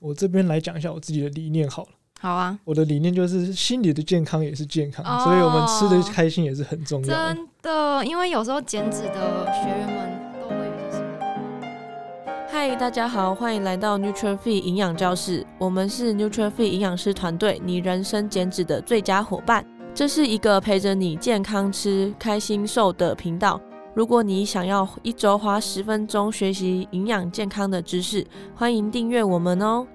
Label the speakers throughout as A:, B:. A: 我这边来讲一下我自己的理念好了。
B: 好啊，
A: 我的理念就是心理的健康也是健康，
B: 哦
A: 所以我们吃的开心也是很重要的。
B: 真的，因为有时候减脂的学员们都会有一些什么。
C: 嗨，大家好，欢迎来到 NutriFit 营养教室。我们是 NutriFit 营养师团队，你人生减脂的最佳伙伴。这是一个陪着你健康吃、开心瘦的频道。如果你想要一周花十分钟学习营养健康的知识，欢迎订阅我们哦。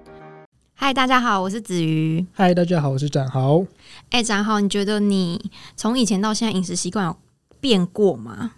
B: 嗨，大家好，我是子瑜。
A: 嗨，大家好，我是展豪。
B: 哎、展豪，你觉得你从以前到现在饮食习惯有变过吗？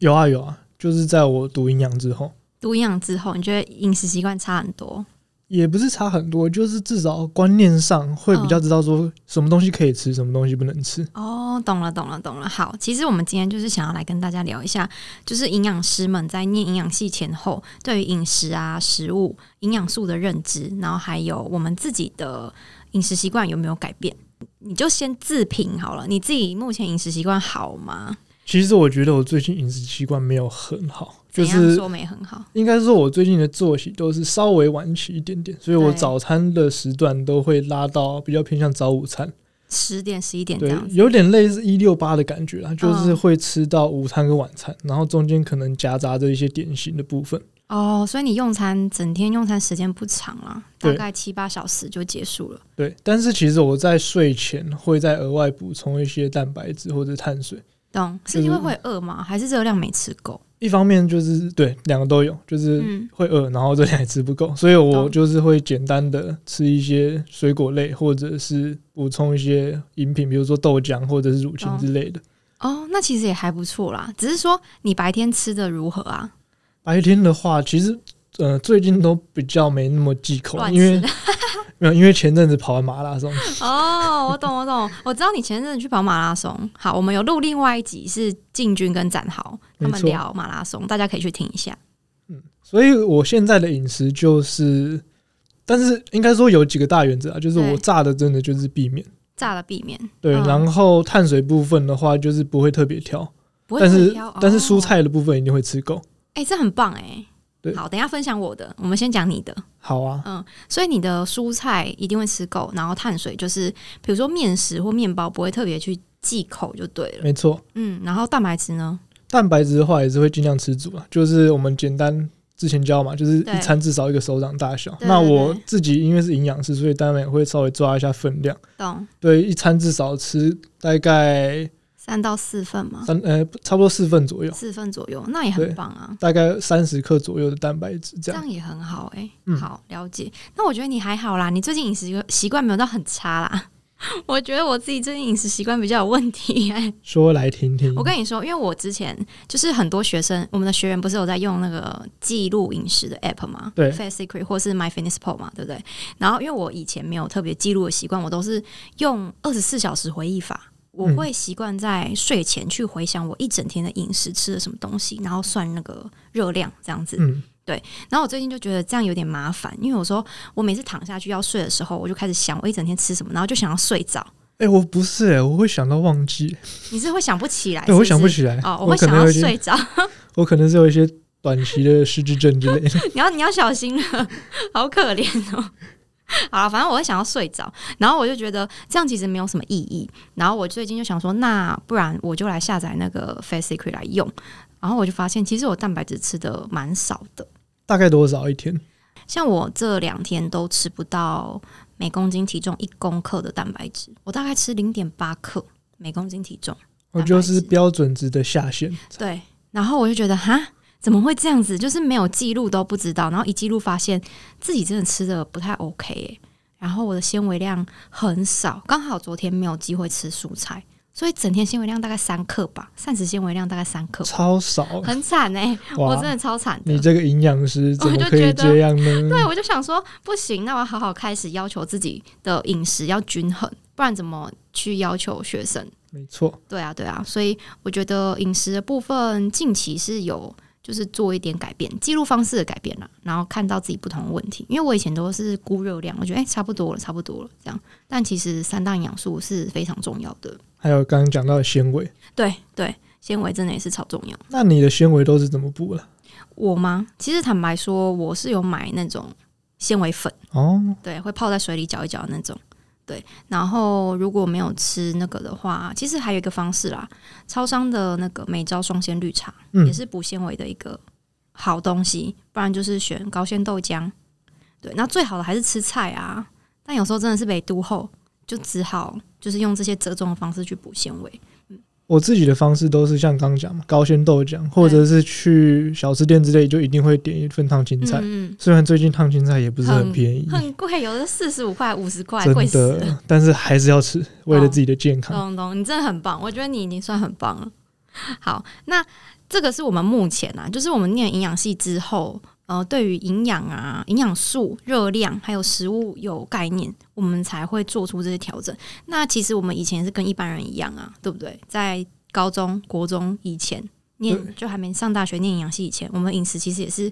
A: 有啊有啊，就是在我读营养之后，
B: 读营养之后，你觉得饮食习惯差很多？
A: 也不是差很多，就是至少观念上会比较知道说什么东西可以吃，什么东西不能吃。
B: 哦，懂了，懂了，懂了。好，其实我们今天就是想要来跟大家聊一下，就是营养师们在念营养系前后，对于饮食啊、食物、营养素的认知，然后还有我们自己的饮食习惯有没有改变。你就先自评好了，你自己目前饮食习惯好吗？
A: 其实我觉得我最近饮食习惯没有很好，就
B: 怎样
A: 是
B: 说没很好。
A: 应该说我最近的作息都是稍微晚起一点点，所以我
B: 对
A: 早餐的时段都会拉到比较偏向早午餐，
B: 十点十一点这
A: 对
B: 样，子。
A: 有点类似一六八的感觉啦，就是
B: 嗯
A: 会吃到午餐跟晚餐，然后中间可能夹杂着一些点心的部分。
B: 哦，所以你用餐整天用餐时间不长啦，大
A: 对
B: 概七八小时就结束了。
A: 对，但是其实我在睡前会再额外补充一些蛋白质或者碳水。
B: 懂？
A: 就是是
B: 因为会饿吗？还是热量没吃够？
A: 一方面就是对两个都有，就是
B: 嗯，
A: 会饿，然后这两也吃不够，所以我
B: 懂
A: 就是会简单的吃一些水果类，或者是补充一些饮品，比如说豆浆或者是乳清
B: 懂
A: 之类的。
B: 哦，那其实也还不错啦，只是说你白天吃的如何啊？
A: 白天的话，其实呃最近都比较没那么忌口，哦
B: 乱
A: 因为
B: 吃
A: 没有因为前阵子跑完马拉松，
B: 哦，我懂，我懂，我知道你前阵子去跑马拉松。好，我们有录另外一集是进军跟展豪他
A: 没
B: 们
A: 错
B: 聊马拉松，大家可以去听一下。
A: 所以我现在的饮食就是，但是应该说有几个大原则啊，就是
B: 对
A: 我炸的真的就是避免，
B: 炸了避免，
A: 对，
B: 嗯
A: 然后碳水部分的话就是不会特别挑，
B: 不会
A: 但是
B: 太挑
A: 但是
B: 哦
A: 蔬菜的部分一定会吃够。
B: 哎、这很棒哎、
A: 对
B: 好，等一下分享我的，我们先讲你的。
A: 好啊，
B: 所以你的蔬菜一定会吃够，然后碳水就是比如说面食或面包不会特别去忌口就对了。
A: 没错，
B: 嗯，然后蛋白质呢？
A: 蛋白质的话也是会尽量吃足啊，就是我们简单。之前教嘛，就是
B: 对
A: 一餐至少一个手掌大小。
B: 对
A: 那
B: 对
A: 我
B: 对
A: 自己因为是营养师，所以当然也会稍微抓一下分量。
B: 懂
A: 对，一餐至少吃大概
B: 三到四份吗？
A: 三呃，差不多四份左右，
B: 四份左右，那也
A: 对
B: 很棒啊。
A: 大概三十克左右的蛋白质这
B: 这
A: 样。
B: 样也很好哎、
A: 嗯
B: 好了解。那我觉得你还好啦，你最近饮食习惯没有到很差啦。 我觉得我自己最近饮食习惯比较有问题、哎。
A: 说来听听。
B: 我跟你说，因为我之前就是很多学生，我们的学员不是有在用那个记录饮食的 app 吗？
A: 对
B: ，Fat Secret 或是 My Fitness Pal 嘛，对不对？然后因为我以前没有特别记录的习惯，我都是用二十四小时回忆法。我
A: 嗯
B: 会习惯在睡前去回想我一整天的饮食吃了什么东西，然后算那个热量这样子。
A: 嗯，
B: 然后我最近就觉得这样有点麻烦，因为有时候我每次躺下去要睡的时候，我就开始想我一整天吃什么，然后就想要睡着。
A: 哎、我不是哎、我会想到忘记，
B: 你是会想不起来
A: 对我
B: 是
A: 想不
B: 是
A: 起来，
B: 哦，我
A: 我
B: 会
A: 可
B: 想
A: 能
B: 要
A: 有一些，
B: 睡着。
A: 我可能是有一些短期的失智症之类 的。
B: 你要你要小心了，好可怜哦。 好啦，反正我会想要睡着，然后我就觉得这样其实没有什么意义。然后我最近就想说，那不然我就来下载那个 Face Secret 来用。然后我就发现，其实我蛋白质吃的蛮少的，
A: 大概多少一天？
B: 像我这两天都吃不到每公斤体重一公克的蛋白质，我大概吃零点八克每公斤体重。
A: 我
B: 蛋白
A: 就是
B: 质
A: 标准值的下限。
B: 对，然后我就觉得哈，怎么会这样子？就是没有记录都不知道，然后一记录发现自己真的吃的不太 OK，、欸、然后我的纤维量很少，刚好昨天没有机会吃蔬菜，所以整天纤维量大概三克吧，膳食纤维量大概三克吧，
A: 超少欸，
B: 很惨哎、我真
A: 哇！
B: 的超惨的
A: 你。这个营养师怎
B: 我
A: 么
B: 就
A: 可以
B: 觉得
A: 这样呢？
B: 对，我就想说，不行，那我要好好开始要求自己的饮食要均衡，不然怎么去要求学生？
A: 没错，
B: 对啊，对啊，所以我觉得饮食的部分近期是有就是做一点改变，记录方式的改变啦，然后看到自己不同的问题。因为我以前都是估热量，我觉得哎、差不多了，差不多了这样。但其实三大营养素是非常重要的，
A: 还有刚刚讲到的纤维，
B: 对对，纤维真的也是超重要。
A: 那你的纤维都是怎么补了？
B: 我吗？其实坦白说，我是有买那种纤维粉，
A: 哦，
B: 对，会泡在水里搅一搅那种。对，然后如果没有吃那个的话，其实还有一个方式啦，超商的那个美招双鲜绿茶、
A: 嗯
B: 也是补纤维的一个好东西，不然就是选高纤豆浆。对，那最好的还是吃菜啊，但有时候真的是北都后，就只好就是用这些折中的方式去补纤维。
A: 我自己的方式都是像刚刚讲嘛，高纤豆浆，或者是去小吃店之类，就一定会点一份烫青菜。
B: 嗯，
A: 虽然最近烫青菜也不是很
B: 很
A: 便宜
B: 嗯，很贵，有的四十五块、五十块，贵
A: 真
B: 死了。哦
A: 的，但是还是要吃，为了自己的健康。
B: 懂懂，你真的很棒，我觉得你已经算很棒了。好，那这个是我们目前啊，就是我们念营养系之后，呃，对于营养啊、营养素、热量还有食物有概念，我们才会做出这些调整。那其实我们以前是跟一般人一样啊，对不对？在高中、国中以前
A: 对
B: 念，就还没上大学念营养系以前，我们饮食其实也是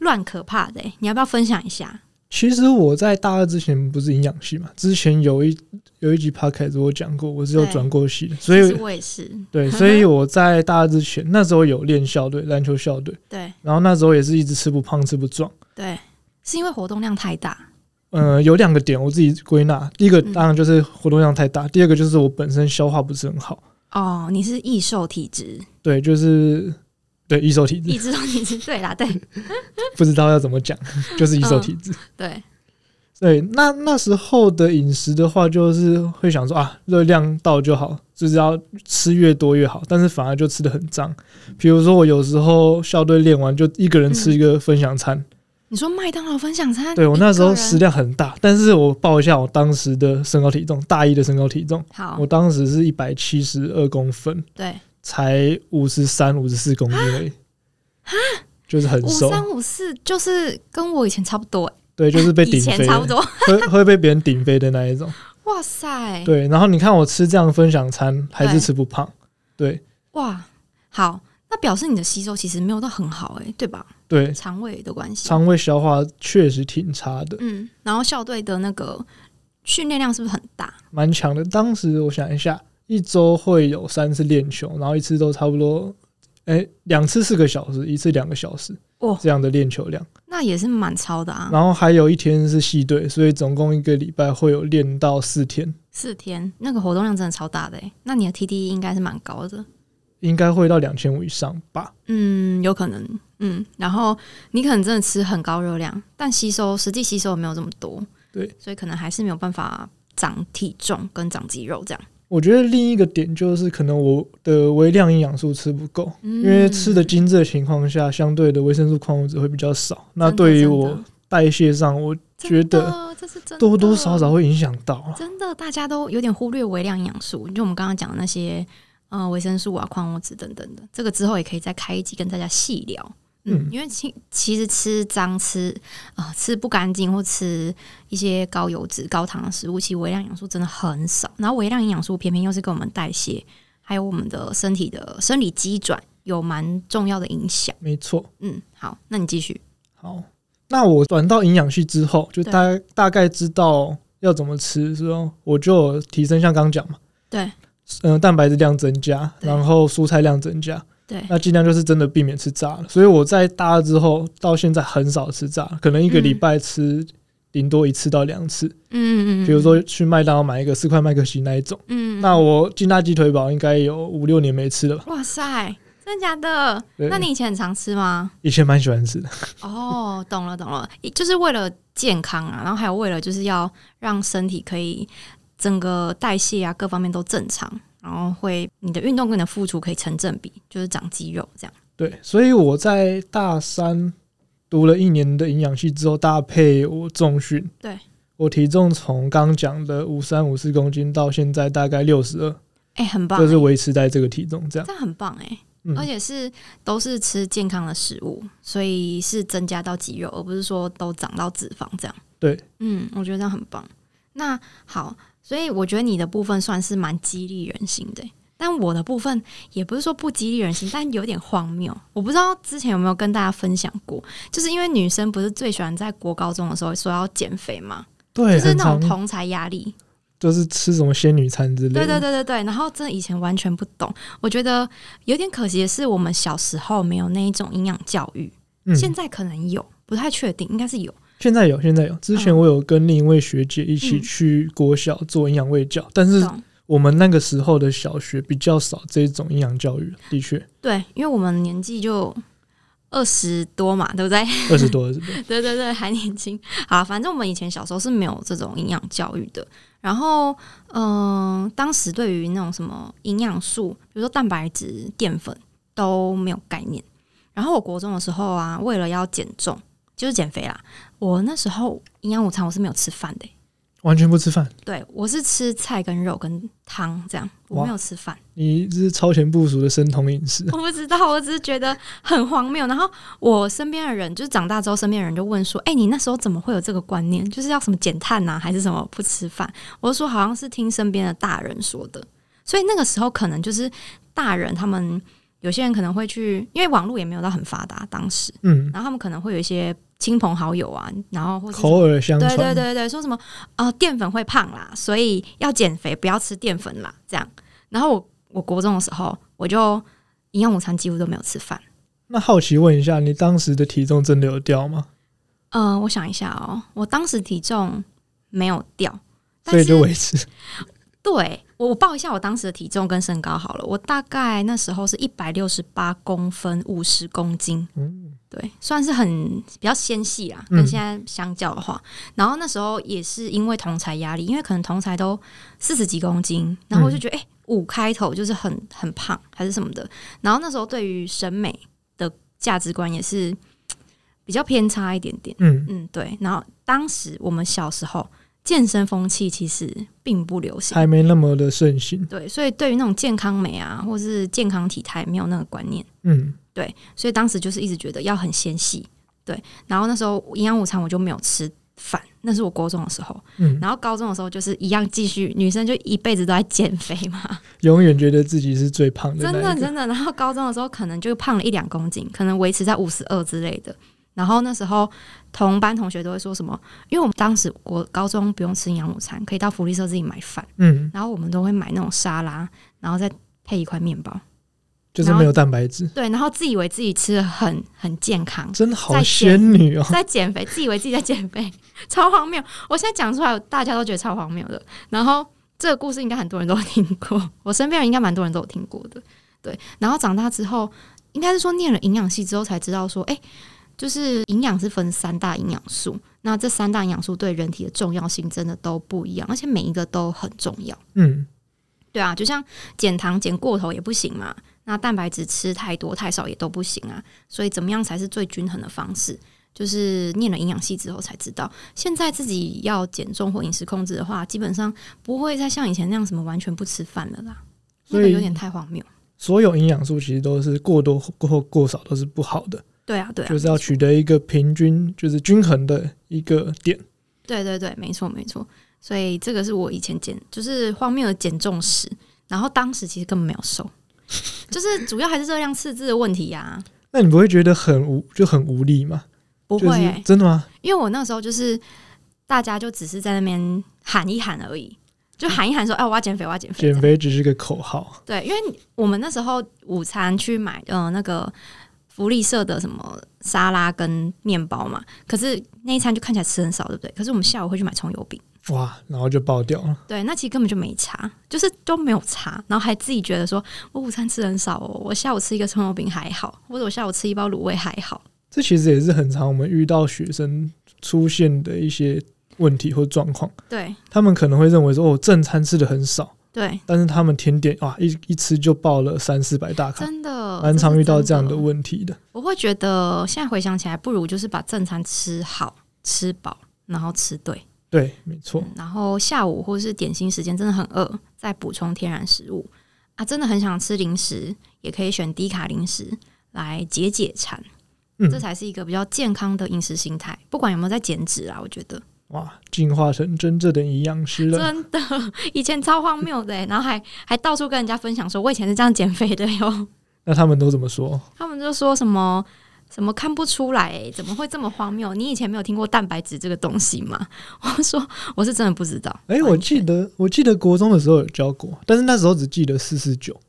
B: 乱可怕的欸、你要不要分享一下？
A: 其实我在大二之前不是营养系嘛，之前有一有一集 podcast 我讲过，我是有
B: 对
A: 转过系的，所以
B: 其实我也是，
A: 对，所以我在大二之前那时候有练校队，篮球校队，
B: 对
A: 然后那时候也是一直吃不胖吃不壮。
B: 对，是因为活动量太大，
A: 呃，有两个点我自己归纳，第一个
B: 嗯
A: 当然就是活动量太大，第二个就是我本身消化不是很好，
B: 哦，你是易瘦体 质，
A: 对，就是对易瘦体
B: 易
A: 质，
B: 瘦体质，对啦，对
A: 不知道要怎么讲， 就是易瘦体
B: 嗯
A: 质。
B: 对，
A: 对，那那时候的饮食的话，就是会想说啊，热量到就好，就是要吃越多越好，但是反而就吃的很脏。比如说我有时候校队练完就一个人吃一个分享餐，
B: 你说麦当劳分享餐，
A: 对我那时
B: 嗯一
A: 候
B: 个人
A: 食量很大，但是我报一下我当时的身高体重，大一的身高体重，
B: 好
A: 我，当时是一百七十二公分，
B: 对，
A: 才五十三、五十四公斤而已，就是很
B: 五
A: 瘦，
B: 三五四就是跟我以前差不多，
A: 对，就是 被
B: 以
A: 顶
B: 前
A: 飞
B: 差不
A: 的，
B: 多，
A: 会会被别人顶飞的那一种。
B: 哇塞，
A: 对，然后你看我吃这样分享餐，还是吃不胖。对
B: 哇，好，那表示你的吸收其实没有到很好、欸，哎，对吧？
A: 对，
B: 肠胃的关系，
A: 肠胃消化确实挺差的，
B: 嗯，然后校队的那个训练量是不是很大？
A: 蛮强的。当时我想一下，一周会有三次练球，然后一次都差不多，哎，两次四个小时，一次两个小时
B: 哦，
A: 这样的练球量。
B: 那也是蛮超的啊，
A: 然后还有一天是系队，所以总共一个礼拜会有练到四天，
B: 四天，那个活动量真的超大的、欸，那你的 TDE 应该是蛮高的。
A: 应该会到两千五以上吧。
B: 嗯，有可能，嗯，然后你可能真的吃很高热量，但吸收实际吸收没有这么多，
A: 对，
B: 所以可能还是没有办法长体重跟长肌肉这样。
A: 我觉得另一个点就是，可能我的微量营养素吃不够，
B: 因
A: 因为吃
B: 嗯
A: 的精致的情况下，相对的维生素、矿物质会比较少。那对于我代谢上，我觉得
B: 这是真的
A: 多多少少会影响到啊。
B: 真的大家都有点忽略微量营养素，就我们刚刚讲的那些呃维生素啊、矿物质等等的，这个之后也可以再开一集跟大家细聊。嗯
A: 嗯，
B: 因为其其实吃脏吃啊、呃吃不干净或吃一些高油脂、高糖的食物，其实微量营养素真的很少。然后微量营养素偏偏又是跟我们代谢还有我们的身体的生理机转有蛮重要的影响。
A: 没错，
B: 嗯，好，那你继续。
A: 好，那我转到营养系之后，就
B: 对
A: 大大概知道要怎么吃，之后我就有提升，像刚讲嘛，
B: 对
A: 嗯、蛋白质量增加，
B: 对
A: 然后蔬菜量增加，
B: 对，
A: 那尽量就是真的避免吃炸的。所以我在大二之后到现在很少吃炸的，可能一个
B: 嗯
A: 礼拜吃顶多一次到两次，
B: 嗯嗯嗯，
A: 比如说去麦当劳买一个四块麦克鸡那一种。
B: 嗯，嗯，
A: 那我劲辣鸡腿堡应该有五六年没吃了吧？
B: 哇塞，真的假的？
A: 对
B: 那你以前很常吃吗？
A: 以前蛮喜欢吃的，
B: 哦，懂了懂了，就是为了健康啊，然后还有为了就是要让身体可以整个代谢啊各方面都正常，然后会你的运动跟你的付出可以成正比，就是长肌肉这样。
A: 对，所以我在大三读了一年的营养系之后，搭配我重训，
B: 对
A: 我体重从刚讲的五三五四公斤到现在大概六十二，
B: 哎、很棒、
A: 就是
B: 欸，
A: 维持在这个体重这样。
B: 这样很棒哎、
A: 嗯
B: 而且是都是吃健康的食物，所以是增加到肌肉，而不是说都长到脂肪这样。
A: 对，
B: 嗯，我觉得这样很棒。那好，所以我觉得你的部分算是蛮激励人心的欸，但我的部分也不是说不激励人心，但有点荒谬。我不知道之前有没有跟大家分享过，就是因为女生不是最喜欢在国高中的时候说要减肥嘛，
A: 对，
B: 就是
A: 很
B: 那种
A: 常
B: 同才压力，
A: 就是吃什么仙女餐之类的。
B: 对对对对对，然后真的以前完全不懂，我觉得有点可惜的是，我们小时候没有那一种营养教育，
A: 嗯，
B: 现在可能有，不太确定，应该是有。
A: 现在有，现在有。之前
B: 嗯
A: 我有跟另一位学姐一起
B: 嗯
A: 去国小做营养卫教，但是
B: 懂。
A: 我们那个时候的小学比较少这种营养教育，的 确
B: 对，因为我们年纪就二十多嘛，对不对？
A: 二十多二十多。
B: 对对对，还年轻。好，反正我们以前小时候是没有这种营养教育的。然后，嗯、当时对于那种什么营养素，比如说蛋白质、淀粉都没有概念。然后我国中的时候啊，为了要减重，就是减肥啦，我那时候营养午餐我是没有吃饭的欸、
A: 完全不吃饭，
B: 对我是吃菜跟肉跟汤这样，我
A: 哇
B: 没有吃饭。
A: 你这是超前部署的生酮饮食。
B: 我不知道，我只是觉得很荒谬。然后我身边的人，就是长大之后，身边的人就问说：“哎、你那时候怎么会有这个观念？就是要什么减碳呐、还是什么不吃饭？”我就说好像是听身边的大人说的，所以那个时候可能就是大人他们有些人可能会去，因为网络也没有到很发达，当时，
A: 嗯，
B: 然后他们可能会有一些亲朋好友啊，然后或是
A: 口耳相
B: 对对
A: 传，
B: 对对，说什么呃淀粉会胖啦，所以要减肥，不要吃淀粉啦，这样。然后我我国中的时候，我就营养午餐几乎都没有吃饭。
A: 那好奇问一下，你当时的体重真的有掉吗？
B: 嗯、我想一下哦，我当时体重没有掉，但
A: 所以
B: 是
A: 就维持。
B: 对我我报一下我当时的体重跟身高好了，我大概那时候是一百六十八公分，五十公斤，
A: 嗯，
B: 对，算是很比较纤细啦，
A: 嗯
B: 跟现在相较的话，然后那时候也是因为同才压力，因为可能同才都四十几公斤，然后我就觉得哎五、开头就是很很胖还是什么的，然后那时候对于审美的价值观也是比较偏差一点点，
A: 嗯，
B: 嗯，对，然后当时我们小时候健身风气其实并不流行，
A: 还没那么的盛行。
B: 对，所以对于那种健康美啊，或是健康体态没有那个观念。
A: 嗯，
B: 所以当时就是一直觉得要很纤细，对。然后那时候营养午餐我就没有吃饭，那是我高中的时候。
A: 嗯
B: 然后高中的时候就是一样继续，女生就一辈子都在减肥嘛，
A: 永远觉得自己是最胖的
B: 真
A: 那
B: 的
A: 一个。
B: 真的。然后高中的时候可能就胖了一两公斤，可能维持在五十二之类的。然后那时候同班同学都会说什么，因为我们当时我高中不用吃营养午餐，可以到福利社自己买饭，
A: 嗯，
B: 然后我们都会买那种沙拉，然后再配一块面包，
A: 就是没有蛋白质，
B: 对，然后自以为自己吃的很很健康，
A: 真好
B: 再减
A: 仙女哦。
B: 在减肥，自以为自己在减肥，超荒谬。我现在讲出来，大家都觉得超荒谬的。然后这个故事应该很多人都有听过，我身边人应该蛮多人都有听过的。对，然后长大之后，应该是说念了营养系之后才知道说，哎、就是营养是分三大营养素，那这三大营养素对人体的重要性真的都不一样，而且每一个都很重要。
A: 嗯，
B: 对啊，就像减糖减过头也不行嘛，那蛋白质吃太多太少也都不行啊，所以怎么样才是最均衡的方式？就是念了营养系之后才知道，现在自己要减重或饮食控制的话，基本上不会再像以前那样什么完全不吃饭了啦，那
A: 所
B: 个
A: 以
B: 有点太荒谬。
A: 所有营养素其实都是过多或过少都是不好的，
B: 对啊，对啊，
A: 就是要取得一个平均，就是均衡的一个点。
B: 对对对，没错没错。所以这个是我以前减，就是荒谬的减重史，然后当时其实根本没有瘦，就是主要还是热量赤字的问题呀、
A: 那你不会觉得很无就很无力吗？
B: 不会、
A: 就
B: 欸
A: 是真的吗？
B: 因为我那时候就是大家就只是在那边喊一喊而已，就喊一喊说：“哎、我要减肥，我要减肥。”
A: 减肥只是个口号。
B: 对，因为我们那时候午餐去买呃那个福利社的什么沙拉跟面包嘛，可是那一餐就看起来吃很少，对不对？可是我们下午会去买葱油饼，
A: 哇，然后就爆掉了。
B: 对，那其实根本就没差，就是都没有差，然后还自己觉得说我午餐吃很少哦，我下午吃一个葱油饼还好，或者我下午吃一包卤味还好。
A: 这其实也是很常我们遇到学生出现的一些问题或状况。
B: 对
A: 他们可能会认为说，哦，正餐吃的很少，
B: 对，
A: 但是他们甜点啊，一一吃就爆了三四百大卡，
B: 真的
A: 蛮
B: 是
A: 常遇到
B: 真
A: 这样的问题的。
B: 我会觉得现在回想起来，不如就是把正餐吃好、吃饱，然后吃对，
A: 对，没错，
B: 然后下午或是点心时间真的很饿，再补充天然食物啊，真的很想吃零食，也可以选低卡零食来解解馋，
A: 嗯
B: 这，才是一个比较健康的饮食心态。不管有没有在减脂啊，我觉得
A: 哇，进化成真正的营养师了。
B: 真的以前超荒谬的欸、然后还还到处跟人家分享说，我以前是这样减肥的哟。
A: 那他们都怎么说？
B: 他们就说什么什么看不出来、怎么会这么荒谬？你以前没有听过蛋白质这个东西吗？ 我说我是真的不知道。
A: 哎、我
B: 完
A: 记
B: 全
A: 得，我记得国中的时候有教过，但是那时候只记得四四九，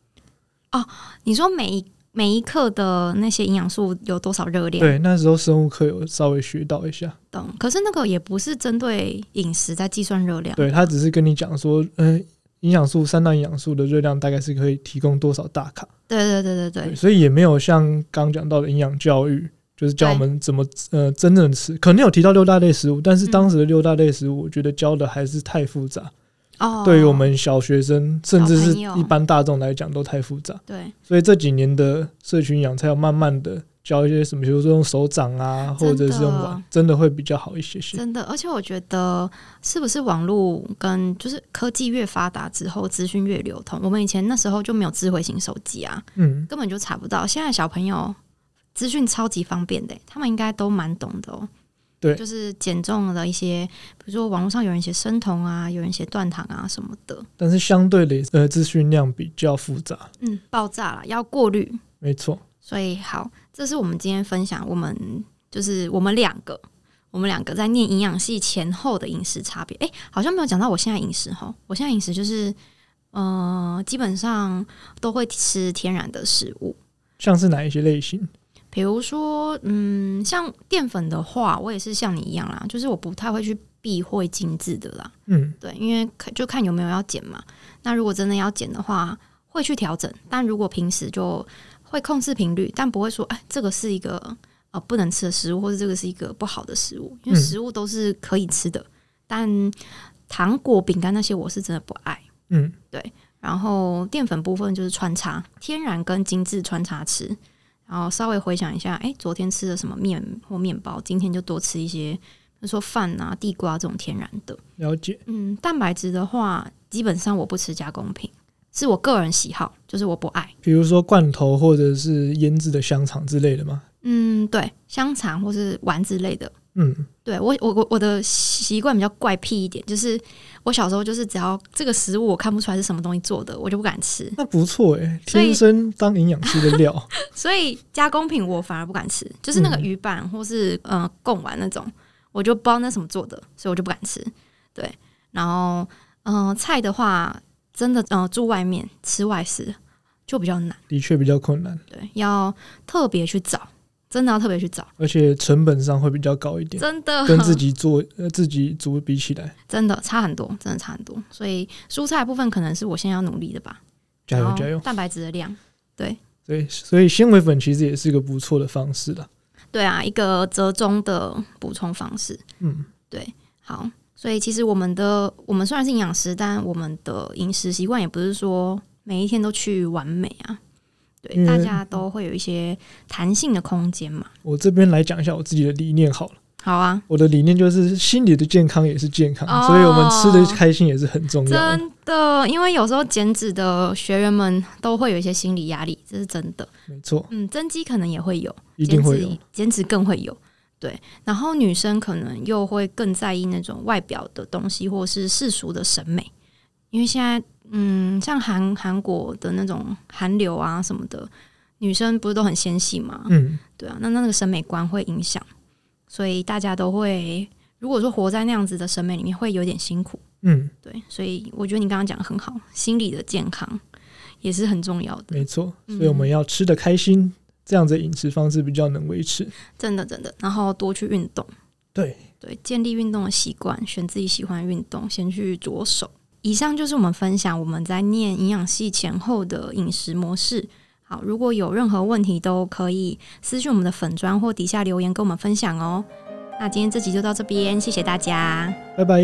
B: 你说每一每一克的那些营养素有多少热量，
A: 对，那时候生物课有稍微学到一下，
B: 懂？可是那个也不是针对饮食在计算热量，
A: 对他只是跟你讲说，嗯、营养素三大营养素的热量大概是可以提供多少大卡，
B: 对对对对
A: 对，
B: 对，
A: 所以也没有像刚讲到的营养教育，就是教我
B: 对
A: 们怎么呃真正吃，可能有提到六大类食物，但是
B: 嗯
A: 当时的六大类食物，我觉得教的还是太复杂，
B: 哦，
A: 对于我们小学生甚至是
B: 小朋友
A: 一般大众来讲都太复杂，
B: 对
A: 所以这几年的社群营养才有慢慢的教一些什么，比如说用手掌啊，
B: 真
A: 或
B: 的
A: 者是用碗，真的会比较好一些些。
B: 真的，而且我觉得是不是网络跟就是科技越发达之后，资讯越流通，我们以前那时候就没有智慧型手机啊，
A: 嗯，
B: 根本就查不到。现在小朋友资讯超级方便的欸，他们应该都蛮懂的哦。
A: 对
B: 就是减重的一些，比如说网络上有人写生酮啊，有人写断糖啊什么的，
A: 但是相对的，呃，资讯量比较复杂，
B: 嗯，爆炸了，要过滤。
A: 没错。
B: 所以好，这是我们今天分享，我们就是我们两个，我们两个在念营养系前后的饮食差别。诶，好像没有讲到我现在饮食哈，我现在饮食就是，呃，基本上都会吃天然的食物，
A: 像是哪一些类型？
B: 比如说，嗯，像淀粉的话，我也是像你一样啦，就是我不太会去避讳精致的啦，
A: 嗯，
B: 对，因为看就看有没有要减嘛。那如果真的要减的话，会去调整，但如果平时就会控制频率，但不会说，哎，这个是一个呃不能吃的食物，或者这个是一个不好的食物，因为
A: 嗯
B: 食物都是可以吃的，但糖果、饼干那些我是真的不爱。
A: 嗯，
B: 然后淀粉部分就是穿插，天然跟精致穿插吃。然后稍微回想一下，哎，昨天吃的什么面或面包，今天就多吃一些，比如说饭啊、地瓜这种天然的。
A: 了解。
B: 嗯，蛋白质的话，基本上我不吃加工品，是我个人喜好，就是我不爱。
A: 比如说罐头或者是腌制的香肠之类的吗？
B: 嗯，对，香肠或是丸子类的。
A: 嗯，
B: 对我，我我我的习惯比较怪癖一点，就是我小时候就是只要这个食物我看不出来是什么东西做的，我就不敢吃。
A: 那不错诶、
B: 所以
A: 天生当营养师的 料。
B: 所以加工品我反而不敢吃，就是那个
A: 嗯
B: 鱼板或是呃贡丸那种，我就不知道那什么做的，所以我就不敢吃。对，然后嗯、呃菜的话，真的嗯、呃住外面吃外食就比较难，
A: 的确比较困难，
B: 对，要特别去找，真的要特别去找，
A: 而且成本上会比较高一点，
B: 真的
A: 跟自己做呃自己煮比起来，
B: 真的差很多，真的差很多。所以蔬菜的部分可能是我现在要努力的吧，
A: 加
B: 然
A: 油
B: 后
A: 加油！
B: 蛋白质的量。
A: 所以所以纤维粉其实也是个不错的方式啦。
B: 对啊，一个折中的补充方式。
A: 嗯，
B: 好，所以其实我们的我们虽然是营养师，但我们的饮食习惯也不是说每一天都去完美啊。对，
A: 嗯
B: 大家都会有一些弹性的空间嘛。
A: 我这边来讲一下我自己的理念好了。
B: 好啊，
A: 我的理念就是心理的健康也是健康，
B: 哦
A: 所以我们吃的开心也是很重要的。
B: 真的，因为有时候减脂的学员们都会有一些心理压力，这是真的。
A: 没错，
B: 嗯，增肌可能也会有，
A: 一定会
B: 减
A: 有
B: 脂。减脂更会有。对，然后女生可能又会更在意那种外表的东西，或是世俗的审美，因为现在，嗯，像韩韩国的那种韩流啊什么的，女生不是都很纤细嘛？
A: 嗯，
B: 对啊，那那个审美观会影响，所以大家都会，如果说活在那样子的审美里面，会有点辛苦。
A: 嗯，
B: 对，所以我觉得你刚刚讲的很好，心理的健康也是很重要的。
A: 没错。
B: 嗯
A: 所以我们要吃的开心，这样子饮食方式比较能维持。
B: 真的真的，然后多去运动，
A: 对
B: 对，建立运动的习惯，选自己喜欢的运动，先去着手。以上就是我们分享我们在念营养系前后的饮食模式。好，如果有任何问题都可以私讯我们的粉砖或底下留言跟我们分享哦。那今天这集就到这边，谢谢大家。
A: 拜拜。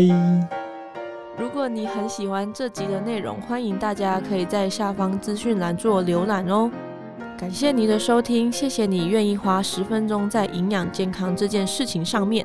C: 如果你很喜欢这集的内容，欢迎大家可以在下方资讯栏做浏览哦。感谢你的收听，谢谢你愿意花十分钟在营养健康这件事情上面。